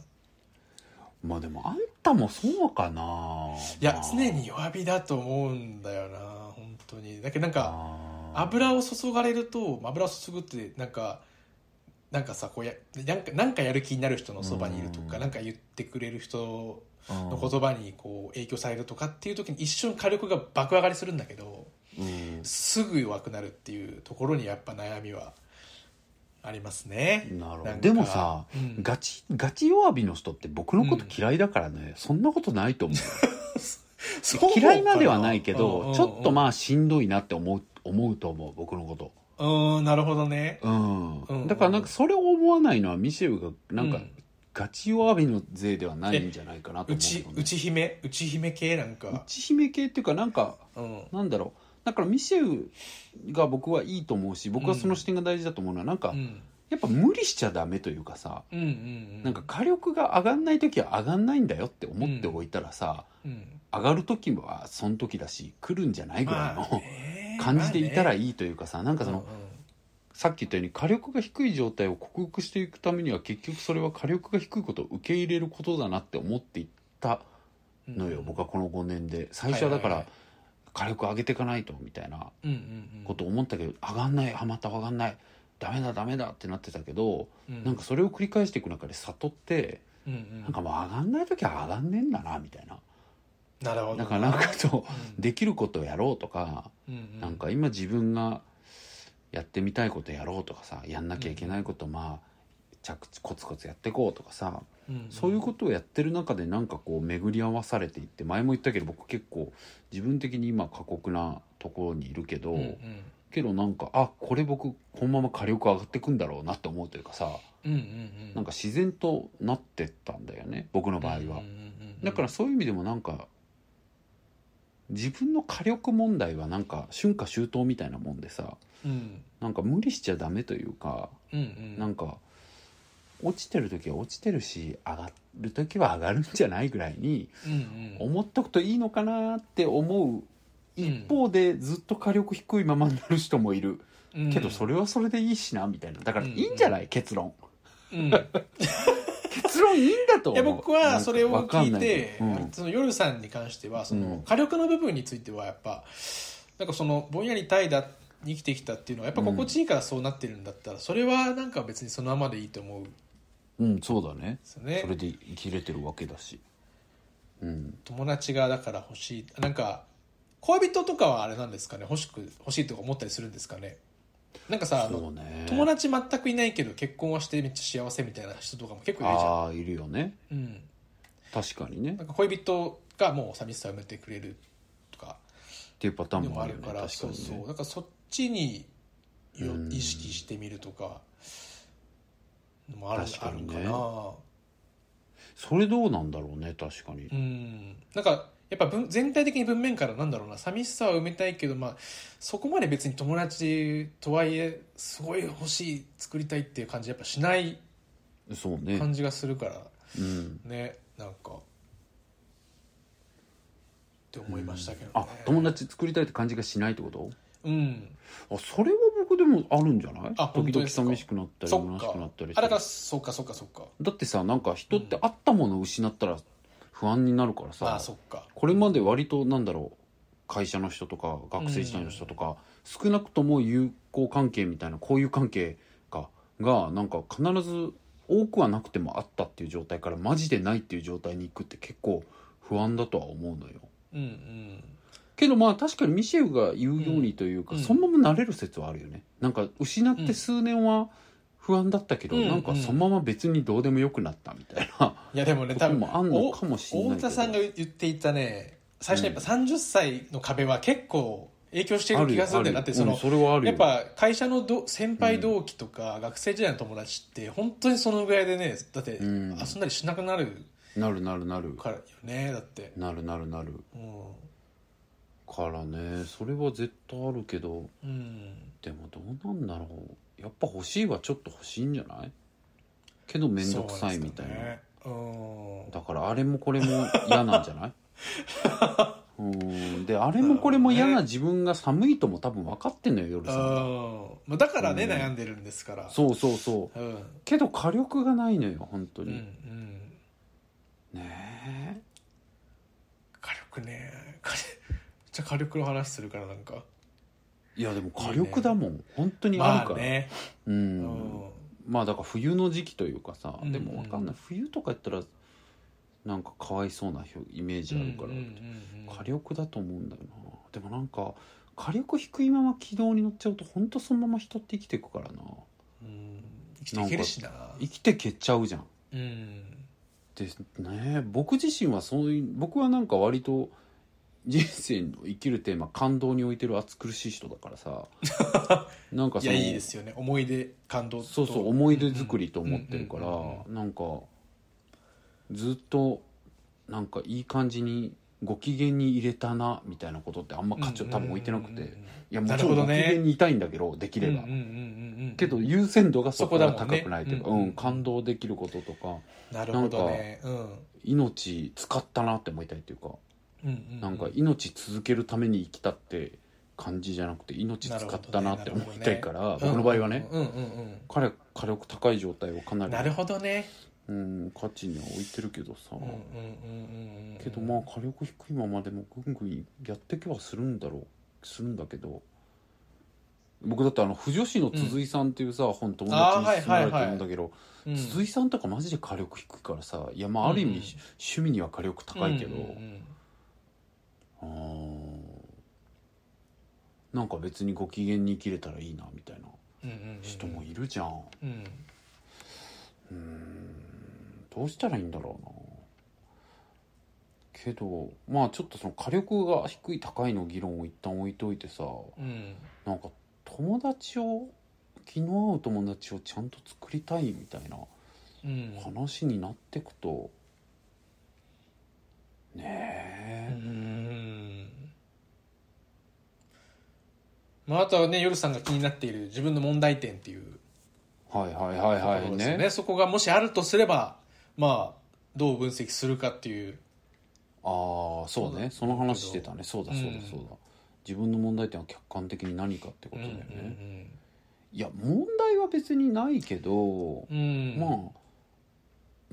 B: まあでもあんたもそうかない
A: いや常に弱火だと思うんだよな本当にだけどなんか
B: あー
A: 油を注がれると油を注ぐってなんかなんかさこうやなんかなんかやる気になる人のそばにいるとか、
B: うん
A: なんか言ってくれる人
B: うん
A: の言葉にこう影響されるとかっていう時に一瞬火力が爆上がりするんだけど
B: うん
A: すぐ弱くなるっていうところにやっぱ悩みはありますね。
B: なるほ
A: な
B: ど
A: んか
B: でもさ、
A: うん
B: ガチガチ弱火の人って僕のこと嫌いだからね、そんなことないと思う
A: そうか
B: 嫌いまではないけど、
A: うんうんうん
B: ちょっとまあしんどいなって思う思うと思う僕のこと
A: うーんなるほどね。
B: うん、
A: うんうん
B: だからなんかそれを思わないのはミシェルがなんか、
A: うん
B: ガチ弱火の勢ではないんじゃないかなと思
A: う
B: うけ
A: ち
B: どね、
A: うち姫うち姫系なん
B: う
A: か。
B: ち姫系っていうかなんか
A: うん
B: なんだろうだからミシェルが僕はいいと思うし僕はその視点が大事だと思うのはなんか、
A: うん
B: やっぱ無理しちゃダメというかさ
A: うんうん
B: なんか火力が上がんない時は上がんないんだよって思っておいたらさ、
A: うん
B: 上がる時はその時だし来るんじゃないぐらい
A: まあ
B: の
A: ね
B: 感じでいたら
A: ま
B: いいというかさなんか
A: あね
B: その
A: うんうん
B: さっき言ったように火力が低い状態を克服していくためには結局それは火力が低いことを受け入れることだなって思っていったのよ、僕はこの5年で最初はだか
A: はい
B: ら
A: は
B: 火力上げていかないとみたいな
A: うんうんうん
B: ことを思ったけど上がんないはまた上がんないダメだダメだってなってたけど
A: うん
B: なんかそれを繰り返していく中で悟って
A: うんうん
B: なんかもう上がんない時は上がんねえんだなみたいな
A: なるほど
B: だからなんかそう
A: うん
B: できることをやろうとか
A: うんうん
B: なんか今自分がやってみたいことやろうとかさやんなきゃいけないことまあ着コツコツやっていこうとかさ
A: うんん
B: そういうことをやってる中でなんかこう巡り合わされていって前も言ったけど僕結構自分的に今過酷なところにいるけど、
A: うんうん
B: けどなんかあこれ僕このまま火力上がってくんだろうなって思うというかさ
A: うんうんうん
B: なんか自然となってったんだよね僕の場合は。
A: うんうんうん
B: だからそういう意味でもなんか自分の火力問題はなんか春夏秋冬みたいなもんでさ
A: うん
B: なんか無理しちゃダメというか
A: うんうん
B: なんか落ちてる時は落ちてるし上がる時は上がるんじゃないぐらいに
A: うんうん
B: 思っとくといいのかなって思う一方でずっと火力低いままになる人もいる
A: うん
B: けどそれはそれでいいしなみたいなだからいいんじゃない結論
A: うんい
B: 結論いいんだと思
A: や
B: う
A: 僕はそれ
B: なん
A: を
B: かわかん
A: 聞
B: ない
A: て
B: けどうん
A: その夜さんに関してはそうの
B: ん
A: 火力の部分についてはやっぱなんかそのぼんやり怠惰に生きてきたっていうのはやっぱ心地いいからそうなってるんだったらそれはなんか別にそのままでいいと思うんで
B: うんそうだね
A: すよね
B: それで生きれてるわけだしうん
A: 友達がだから欲しいなんか恋人とかはあれなんですかね欲しく欲しいとか思ったりするんですかねなんかさあ
B: そ
A: の
B: うね
A: 友達全くいないけど結婚はしてめっちゃ幸せみたいな人とかも結構いるじゃん、
B: ああいるよね
A: うん、
B: 確かにね
A: なんか恋人がもう寂しさを埋めてくれるとか
B: っていうパター
A: で
B: ンも
A: も
B: あ
A: あ
B: る
A: る
B: よね
A: から、
B: 確か
A: そう
B: に
A: そう
B: ね
A: だからそっちによ
B: うん
A: 意識してみるとかのもある
B: 確かにね
A: あるかな
B: それどうなんだろうね確かに
A: うんなんかやっぱ文全体的に文面からなんだろうな寂しさは埋めたいけど、まあ、そこまで別に友達とはいえすごい欲しい作りたいっていう感じやっぱしない
B: そうね
A: 感じがするから
B: うん
A: ねなんかって思いましたけどね、うん、
B: あ友達作りたいって感じがしないってこと
A: うん
B: あそれは僕でもあるんじゃない
A: あ本
B: 時
A: 当
B: 々
A: ですか
B: 寂しくなったり
A: そ
B: 虚
A: っ
B: し
A: か
B: くなったり
A: あだから
B: して
A: そっかそっかそっか
B: だってさなんか人ってあったものを失ったら不安になるからさ、
A: まあそっか
B: これまで割となんだろう会社の人とか学生時代の人とか、少なくとも友好関係みたいな交友関係ががなんか必ず多くはなくてもあったっていう状態からマジでないっていう状態に行くって結構不安だとは思うのよ
A: うんうん
B: けどまあ確かにミシェルが言うようにというか、
A: うん
B: そのまま慣れる説はあるよねなんか失って数年は不安だったけど、
A: うん
B: なんかそのまま別にどうでもよくなったみたいな、
A: いやでもね
B: こ
A: 多
B: と
A: 分
B: もあんのかもしれない
A: 太
B: けど
A: 田さんが言っていたね最初にやっぱ30歳の壁は結構影響してい
B: あ
A: る
B: る
A: 気
B: よ
A: がするんだよなってそ
B: うん
A: の
B: それはあるよ
A: やっぱ会社のど先輩同期とか学生時代の友達って本当にそのぐらいでねだって遊
B: ん
A: んだりしなくなる
B: なるなるなる
A: からよねだって
B: なるなるなる
A: うん、
B: からねそれは絶対あるけど
A: うん、
B: でもどうなんだろうやっぱ欲しいはちょっと欲しいんじゃないけど面倒くさいみたいな、
A: そうですよね
B: だからあれもこれも嫌なんじゃ ないうんであれもこれも嫌な自分が寒いとも多分分かってんのよ夜
A: う
B: さん
A: んうんまあだからね、
B: うん
A: 悩んでるんですから
B: そうそうそう
A: うん
B: けど火力がないのよ本当
A: うんう
B: に、
A: ん
B: ね
A: 火力ね 火力めっちゃ火力の話するからなんか
B: えいやでも火力だもん、本当にあるから、
A: まあね、
B: う、
A: うんん
B: まあだから冬の時期というかさ、
A: うん
B: でもわかんない冬とかやったらなんかかわいそうなひょイメージあるから、
A: うんうんうんうん
B: 火力だと思うんだよなでもなんか火力低いまま軌道に乗っちゃうとほんとそのまま人って生きていくからな
A: うん生きていけるしな
B: 生きてけちゃうじゃん
A: うん
B: ですね僕自身はそういう僕はなんか割と人生の生きるテーマ感動に置いてる暑苦しい人だから さなんか
A: い
B: そ
A: や
B: の
A: いいですよね思い出感動と
B: そうそう思い出作りと思ってるから
A: うんうんうんうん
B: なんかずっとなんかいい感じにご機嫌に入れたなみたいなことってあんま価値を多分置いてなくていやもちろんご機
A: なるほどね
B: 嫌にいたいんだけどできれば
A: うんうんうんうんうん
B: けど優先度がそこが
A: そこだもんね
B: 高くないというか
A: うんうんうん
B: うん感動できることとか
A: なるほどねうん
B: 命使ったなって思いたいというか
A: うんう
B: なんか命続けるために生きたって感じじゃなくて命使ったなって思いたいから僕の場合はね
A: うんうんうん
B: 彼火力高い状態をかな
A: うん
B: り
A: なるほどね
B: うん価値には置いてるけどさ、
A: うんうんうんうんうん
B: けどまあ火力低いままでもぐんぐんやってけばするんだろうするんだけど僕だってあの婦女子の鈴井さんっていうさ、本友達に勧められてるんだけど、
A: うん
B: 鈴井さんとかマジで火力低いからさいやまあある意味、
A: うんうん
B: 趣味には火力高いけど、
A: うんうん
B: あーなんか別にご機嫌に生きれたらいいなみたいな
A: うんうんうん
B: 人もいるじゃん
A: うん
B: うーんどうしたらいいんだろうなけどまあちょっとその火力が低い高いの議論を一旦置いといてさ
A: うん
B: なんか友達を気の合う友達をちゃんと作りたいみたいな
A: うん
B: 話になってくとねえ、
A: うんまあ、あとはね夜さんが気になっている自分の問題点っていう
B: はいはいはい
A: とこ
B: は
A: ろ
B: い
A: ですよね,、
B: ね
A: そこがもしあるとすればまあどう分析するかっていう
B: ああそうねその話してたねそうだそうだ
A: うん
B: そうだ、自分の問題点は客観的に何かってことだよね、いや問題は別にないけど、
A: うんうんうん
B: まあ
A: うん、
B: う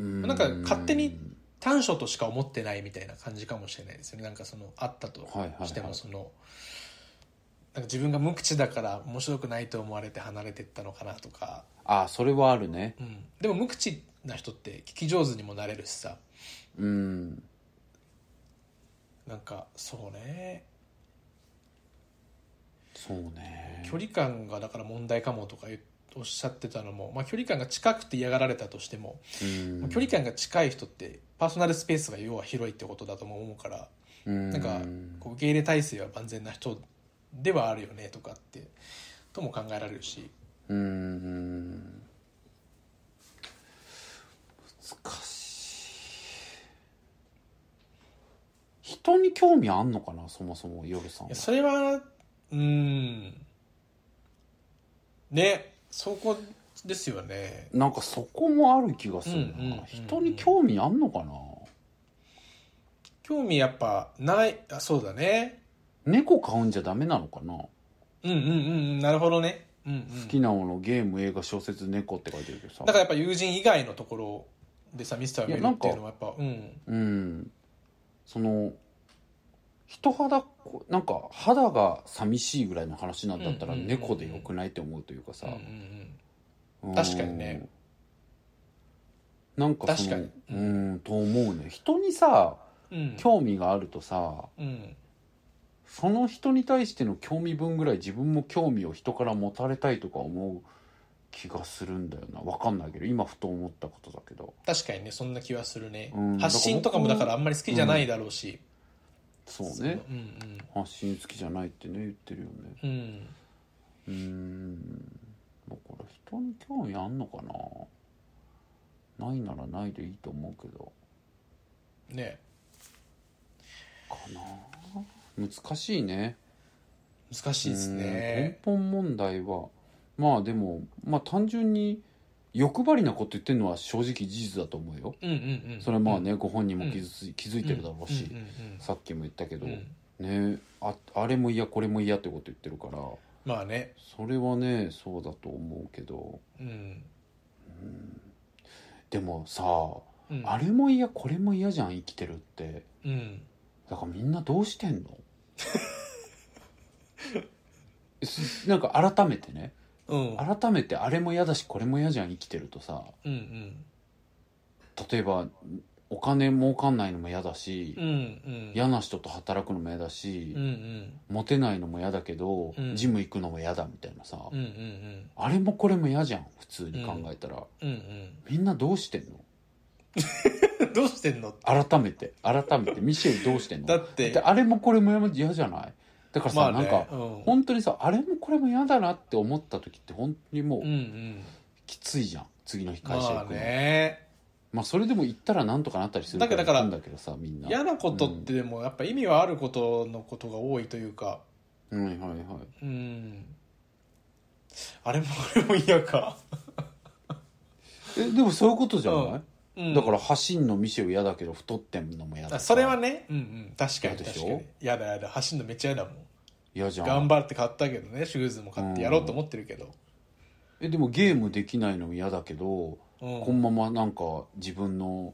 B: ーん
A: なんか勝手に短所としか思ってないみたいな感じかもしれないですよねなんかそのあったと
B: はいはいはい
A: してもその、なんか自分が無口だから面白くないと思われて離れてったのかなとか、
B: ああそれはあるね
A: うん、でも無口な人って聞き上手にもなれるしさ、
B: うん
A: なんかそうね
B: そうね
A: 距離感がだから問題かもとか言うおっしゃってたのも、まあ、距離感が近くて嫌がられたとしても、
B: うん
A: 距離感が近い人ってパーソナルスペースが要は広いってことだとも思うから
B: うん
A: なんかこう受け入れ体制は万全な人ではあるよねとかってとも考えられるし
B: うん難しい人に興味あんのかなそもそも夜さんは
A: いやそれはうんねそこですよね
B: なんかそこもある気がするな、
A: うんうんうんうん
B: 人に興味あんのかな
A: 興味やっぱないあそうだね
B: 猫買うんじゃダメなのかな
A: うんうんうんうんなるほどね、うんうん、
B: 好きなものゲーム映画小説猫って書いてるけどさ
A: だからやっぱ友人以外のところでさミスターを見るっていうのはやっぱうん
B: うんその人肌こなんか肌が寂しいぐらいの話なんだったら
A: うんうんうんうん
B: 猫でよくないって思うというかさ
A: うんうんうん
B: うん
A: 確かにね
B: なんかその
A: 確かに
B: う
A: うん
B: と思うね人にさ
A: うん
B: 興味があるとさ
A: うん
B: その人に対しての興味分ぐらい自分も興味を人から持たれたいとか思う気がするんだよなわかんないけど今ふと思ったことだけど
A: 確かにねそんな気はするね
B: うん
A: 発信とかもだからあんまり好きじゃないだろうし
B: そうね
A: うんうん
B: 発信好きじゃないってね言ってるよね
A: うん
B: うーんだから人に興味あんのかなないならないでいいと思うけど
A: ね
B: かな難しいね
A: 難しいですね
B: うーん根本問題はまあでもまあ単純に欲張りなこと言ってるのは正直事実だと思うよ
A: うんうんうん
B: それはまあね、ご本人も気づつ気づいてるだろうし、
A: うんうんうん
B: さっきも言ったけど、
A: うん
B: ねああれも嫌これも嫌ってこと言ってるから
A: まあね
B: それはねそうだと思うけど
A: うん
B: でもさ
A: うん
B: あれも嫌これも嫌じゃん生きてるって
A: うん
B: だからみんなどう してんのすなんか改めてね
A: うん
B: 改めてあれも嫌だしこれも嫌じゃん生きてるとさ
A: うん
B: 例えばお金儲かんないのも嫌だし、
A: うんうんうん
B: 嫌な人と働くのも嫌だし
A: うんう、ん
B: モテないのも嫌だけど、
A: うん
B: ジム行くのも嫌だみたいなさ、
A: うんうん
B: あれもこれも嫌じゃん普通に考えたら、
A: うんうん
B: みんなどうしてんの
A: うん どうしてんの
B: 改めて改めてミシェルどうしてんの
A: だって
B: であれもこれも嫌じゃないだからさ、
A: まあね
B: なんか
A: うん
B: 本当にさあれもこれも嫌だなって思った時って本当にもう
A: うんうん
B: きついじゃん次の日会社行
A: ま
B: く
A: あ
B: の、
A: ね
B: まあそれでも行ったらなんとかなったりする
A: だけどだから
B: 行くんだけどさみんな
A: 嫌なことってでもやっぱ意味はあることのことが多いというか
B: うんはいはい
A: うんあれもこれも嫌か、
B: えでもそういうことじゃない、
A: うん、
B: だから走んのミシェル嫌だけど太ってんのも嫌だ
A: あそれは
B: ね
A: ねうんうん確かに
B: 嫌で
A: 確
B: し
A: か
B: ょ
A: にやだやだ走るのめっちゃ嫌だもん
B: 嫌じゃん
A: 頑張って買ったけどねシューズも買ってやろうと思ってるけど、
B: えでもゲームできないのも嫌だけど、
A: うん
B: このままなんか自分の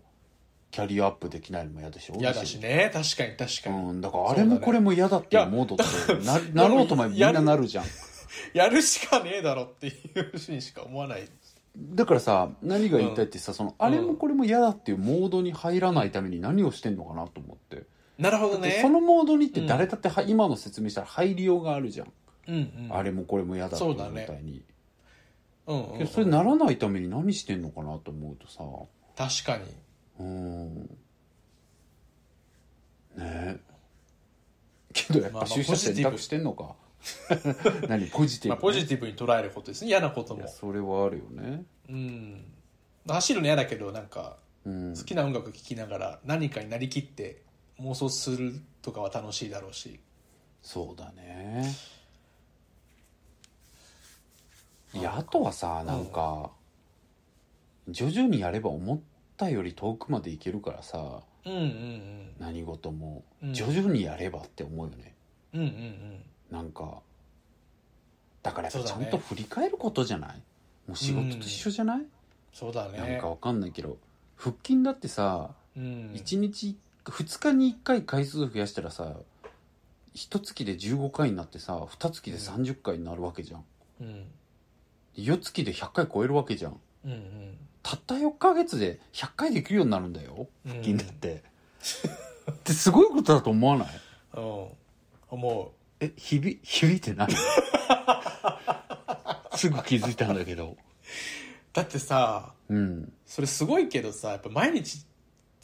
B: キャリアアップできないのも嫌でしょ
A: 嫌だしね確かに確かに、
B: うん、だからあれもこれも嫌だってモードってな,、なろうともみんななるじゃん
A: やるしかねえだろっていうふうにしか思わない
B: だからさ何が言いたいってさ、そのあれもこれも嫌だっていうモードに入らないために何をしてんのかなと思って、
A: なるほど
B: だっ
A: ね
B: てそのモードにって誰だっては、今の説明したら入りようがあるじゃん、
A: うんうん
B: あれもこれも嫌だっていう
A: そう
B: みた
A: だね
B: いに、
A: うんうん
B: け
A: うん
B: どそれならないために何してんのかなと思うとさ
A: 確かに
B: うんねえけどやっ
A: まあま
B: ぱ
A: あ
B: 就職
A: ポジ
B: 選
A: ティブ
B: 択してんのか 何ポジティブ、
A: まあ、ポジティブに捉えることですね嫌なこと
B: い
A: も
B: やそれはあるよね
A: うん走るの嫌だけどなんか
B: うん
A: 好きな音楽聴きながら何かになりきって妄想するとかは楽しいだろうし
B: そうだねい
A: な
B: や
A: ん
B: あとはさなんか、徐々にやれば思ったより遠くまでいけるからさ
A: うんうんうん
B: 何事も
A: うん
B: 徐々にやればって思うよね、
A: うんうんうん
B: なんかだからやっぱ
A: そう
B: ち
A: だ
B: ゃ
A: ね
B: んと振り返ることじゃないもう仕事と一緒じゃない、
A: そうだね
B: なんかわかんないけど腹筋だってさ
A: うん、
B: 1日2日に1回回数増やしたらさ1月で15回になってさ2月で30回になるわけじゃん
A: うん
B: 4月で100回超えるわけじゃん
A: うんうん
B: たった4ヶ月で100回できるようになるんだよ
A: うん
B: 腹筋だって、 ってすごいことだと思わない
A: うん思
B: え響響いて ないすぐ気づいたんだけど
A: うだってさ
B: うん
A: それすごいけどさやっぱ毎日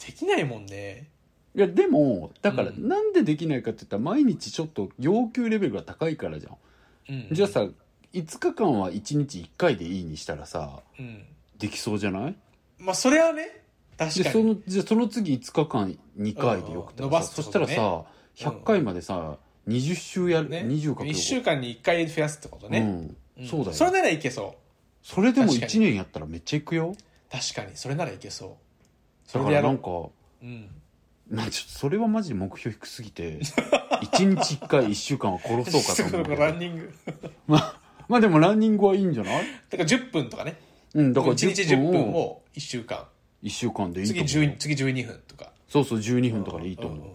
A: できないもんね
B: いやでもだから
A: うん
B: なんでできないかって言ったら毎日ちょっと要求レベルが高いからじゃん
A: うん
B: じゃあさ5日間は1日1回でいいにしたらさ
A: うん
B: できそうじゃない
A: まあそれはね確
B: で
A: か
B: そ
A: に
B: のじゃあその次5日間2回でよくて
A: う
B: も
A: ん伸ば
B: さそ
A: すと
B: したらさ100回までさ20週やる
A: ね
B: 20かけ
A: 1週間に1回増やすってことね、
B: うんんそうだ
A: それ
B: よ
A: ならいけそう
B: それでも
A: 確かに
B: 1年やったらめっちゃいくよ
A: 確かにそれならいけそうそ
B: だ
A: れ
B: か
A: でや
B: らな
A: ろうん
B: か
A: うん
B: まあちょっとそれはマジで目標低すぎ て1日1回1週間は殺そうかと思うけ
A: ラ
B: ど
A: ンニング
B: まあまあでもランニングはいいんじゃない
A: だから10分とかね
B: うんだから
A: 1日
B: 10
A: 10分
B: 分を
A: を1週間
B: 1週間でいい
A: 次
B: と思うよ
A: 10次12分とか
B: そうそう12分とかでいいと思うん
A: んん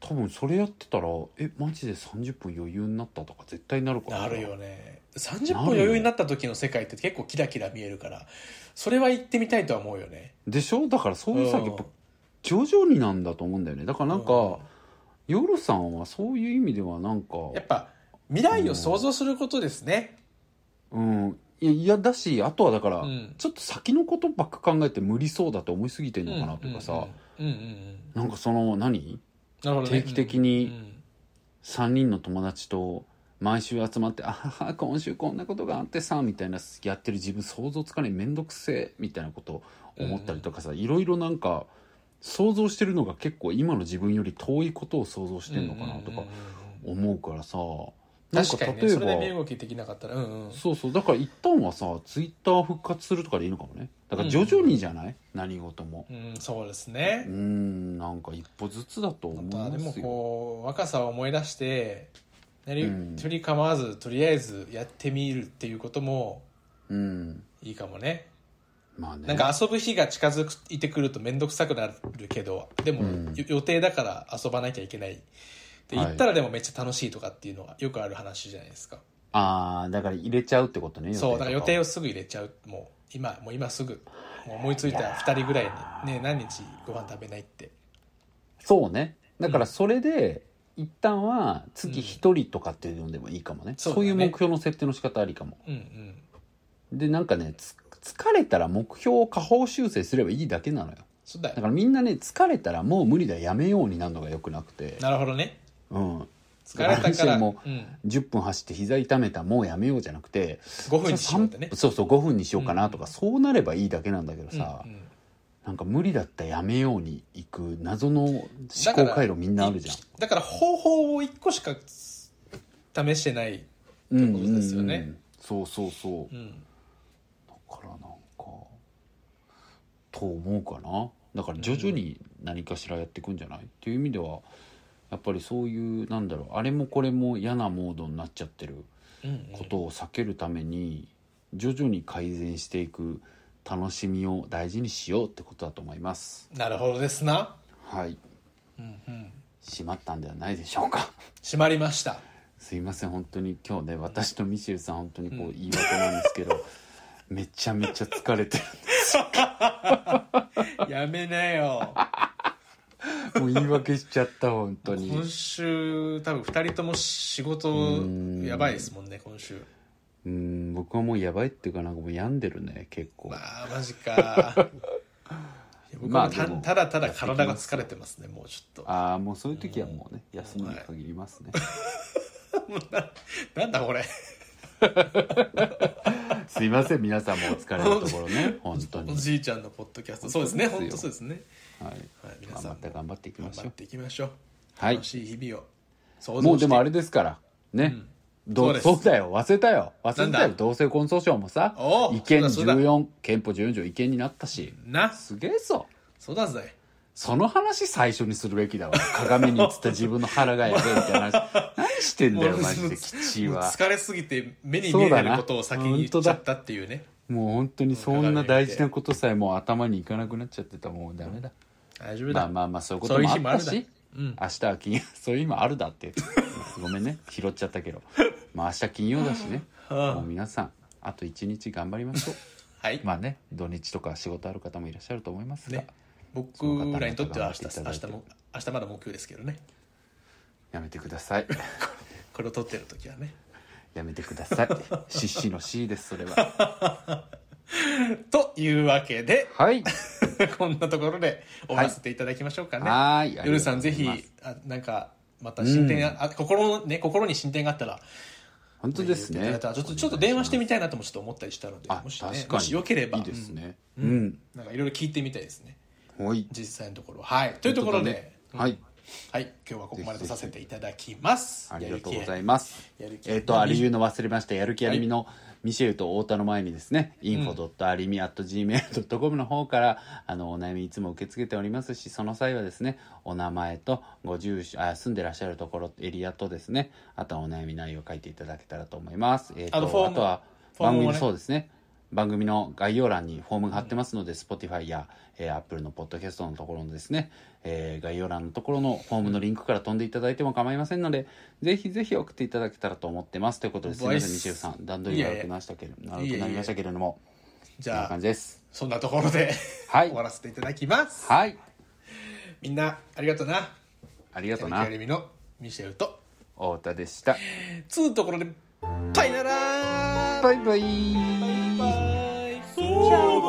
B: 多分それやってたらえマジで30分余裕になったとか絶対なるから
A: なるよね30分余裕になった時の世界って結構キラキラ見えるからそれは行ってみたいとは思うよね
B: でしょだからそういうさ
A: うん
B: やっぱ徐々になんだと思うんだよねだからなんか、
A: うん
B: ヨルさんはそういう意味ではなんか
A: やっぱ未来を想像することですね
B: うんいやいやだしあとはだから、
A: うん
B: ちょっと先のことばっか考えて無理そうだと思いすぎてんのかなとかさ、
A: うんうんうん
B: なんかその何
A: なるほどね
B: 定期的に3人の友達と毎週集まって「あはは今週こんなことがあってさ」みたいなやってる自分想像つかない面倒くせえみたいなこと思ったりとかさ、いろいろなんか想像してるのが結構今の自分より遠いことを想像してんのかなとか思うからさ、なん
A: 確かにね
B: 例え
A: それで身
B: ば
A: 動きできなかったらうんうん
B: そうそうだから一旦はさツイッター復活するとかでいいのかもねだから徐々にじゃない、何事も
A: うんそうです
B: うー
A: ね
B: んなんか一歩ずつだと思い
A: まあ
B: ま
A: でも
B: すよ
A: こう若さを思い出してなり
B: うん
A: 取り構わずとりあえずやってみるっていうことも
B: うん
A: いいかもね
B: まあね
A: なんか遊ぶ日が近づいてくると面倒くさくなるけどでも
B: うん
A: よ予定だから遊ばなきゃいけないって
B: はい
A: 言ったらでもめっちゃ楽しいとかっていうのはよくある話じゃないですか
B: ああだから入れちゃうってことね
A: そうだから予定
B: を
A: をすぐ入れちゃうもう今もう今すぐもう思いついたら2人ぐらいにね何日ご飯食べないって
B: そうねだからそれで、一旦は月一人とかっていうのでもいいかもね、
A: そう
B: そう
A: だね
B: いう目標の設定の仕方ありかも
A: うんうん
B: でなんかねつ疲れたら目標を下方修正すればいいだけなのよ
A: そうだよ
B: だからみんなね疲れたらもう無理だやめようになるのがよくなくて
A: なるほどね
B: うん
A: 疲れたから、
B: 私
A: うん
B: も、10分走って膝痛めたもうやめようじゃなくて
A: 5分にしようってね
B: そうそう5分にしようかなとか、
A: うん
B: そうなればいいだけなんだけどさ、
A: うんうん
B: なんか無理だったらやめように行く謎の思
A: だか
B: 考
A: ら
B: 回路みんなあるじゃん
A: だから方法を1個しか試してない、
B: うん
A: ってことですよね
B: うんうんそうそうそううだ
A: ん、
B: からなんかと思うかなだから徐々に何かしらやっていくんじゃない、っていう意味ではやっぱりそういうなんだろうあれもこれも嫌なモードになっちゃってる
A: うんうん
B: ことを避けるために徐々に改善していく楽しみを大事にしようってことだと思います
A: なるほどですな、
B: はい
A: うんうん、
B: しまったんではないでしょうか
A: 閉まりました
B: すいません本当に今日ね私とミシェルさん本当にこう言い訳なんですけど、 めちゃめちゃ疲れて
A: やめなよ
B: る もう言い訳しちゃった本当に
A: 今週多分2人とも仕事
B: うん
A: やばいですもんね今週
B: うん僕はもうやばいっていうかなんかもう病んでるね結構
A: まあマジかいや僕
B: ま
A: も
B: あ
A: た,、
B: でも
A: ただただ体が疲れてますねもうちょっと
B: ああもうそういう時はもうね休みに限りますね
A: なんだこれ
B: すいません皆さんもお疲れのところね本当
A: お
B: に、
A: じいちゃんのポッドキャストそうですね
B: 本
A: 本
B: 当で
A: 当
B: す
A: そう
B: よ
A: ですね
B: はい、
A: はい皆
B: 頑
A: さ
B: 張
A: ん
B: っ
A: も
B: て頑張っていき
A: 頑
B: まし
A: 張
B: ょ
A: っ
B: う
A: ていきましょう
B: はい
A: 楽しい日々を想像して
B: もうでもあれですからね、ど
A: そう
B: う
A: です
B: そうだよ忘れたよ忘れ
A: な
B: た
A: ん
B: よ
A: だ
B: 同性婚訴訟もさ
A: おう
B: 違憲
A: そうだそうだ
B: 14憲法14条違憲になったし
A: な
B: すげえぞ
A: そうだぜ
B: その話最初にするべき だわ鏡に映った自分の腹がやべえみたいな話何してんだよ
A: もう
B: マジで吉
A: もう
B: は
A: 疲れすぎて目に見えてることを先に言っちゃったっていうね
B: もう本当にそんな大事なことさえもう頭にいかなくなっちゃってたもうダメだ
A: 大丈夫だ、
B: まあまあまあそういうこ
A: そ
B: と
A: ういう
B: もあ
A: 日
B: っ
A: も
B: た
A: あるだ
B: し
A: うん
B: 明日は金曜 そういう日もあるだってごめんね拾っちゃったけどまあ明日金曜だしね
A: うん
B: もう皆さんあと一日頑張りましょう
A: はい、
B: まあね土日とか仕事ある方もいらっしゃると思いますが、
A: ね僕らにとっては
B: そ
A: 明
B: の方
A: 日
B: 々頑張っていただいて
A: 明日も明日まだ木曜ですけどね
B: やめてください
A: これを撮ってる時はね
B: やめてください失神の C ですそれは
A: というわけで
B: はい
A: こんなところで終わらせていただきましょうかね、
B: はーい
A: 夜さんぜひ
B: ありがとうございます
A: あなんかまた進展が、あ心のね心に進展があったら
B: 本当です
A: 言ってい
B: ね
A: ただいたらちょっとちょっと電話してみたいなともちょっと思ったりしたので
B: あ
A: もし、
B: 確
A: ね、
B: か
A: も
B: に
A: しよければ
B: いいですね
A: う
B: うんん、
A: うんなんかいろいろ聞いてみたいですね
B: ほい
A: 実際のところはいというところで、うん
B: はい
A: はい、今日はここまでとさせていただきます
B: ありがとうご
A: や
B: ざ
A: る
B: います
A: やる気
B: えっ、とありゆうの忘れましたやる気ありみの、ミシェルと太田の前にですね、info.arimi.gmail.com の方から、あの、お悩みいつも受け付けておりますし、その際はですね、お名前とご住所、あ住んでらっしゃるところ、エリアとですね、あとはお悩み内容を書いていただけたらと思います。えっ、
A: あ
B: と、
A: のフォー
B: あ
A: ム
B: とは、
A: フォー
B: 番
A: ムもね
B: 組の、そうですね、番組の概要欄にフォームが貼ってますので、Spotify や、えー、Apple のポッドキャストのところのですね、えー概要欄のところのフォームのリンクから飛んでいただいても構いませんので、ぜひぜひ送っていただけたらと思ってます。ということで、すみません、ミシェルさん、段取りが悪くなりましたけれども、
A: いえいえ
B: 悪くなりましたけれども、
A: じ
B: こんな
A: ゃあ
B: 感じです。
A: そんなところで
B: はい
A: 終わらせていただきます
B: はい、
A: みんなありがとうな
B: ありがとう
A: や
B: な
A: る気あ。りみのミシェルと
B: 太田でした。
A: つうところでバイなら
B: バイバイ。
A: バイバイ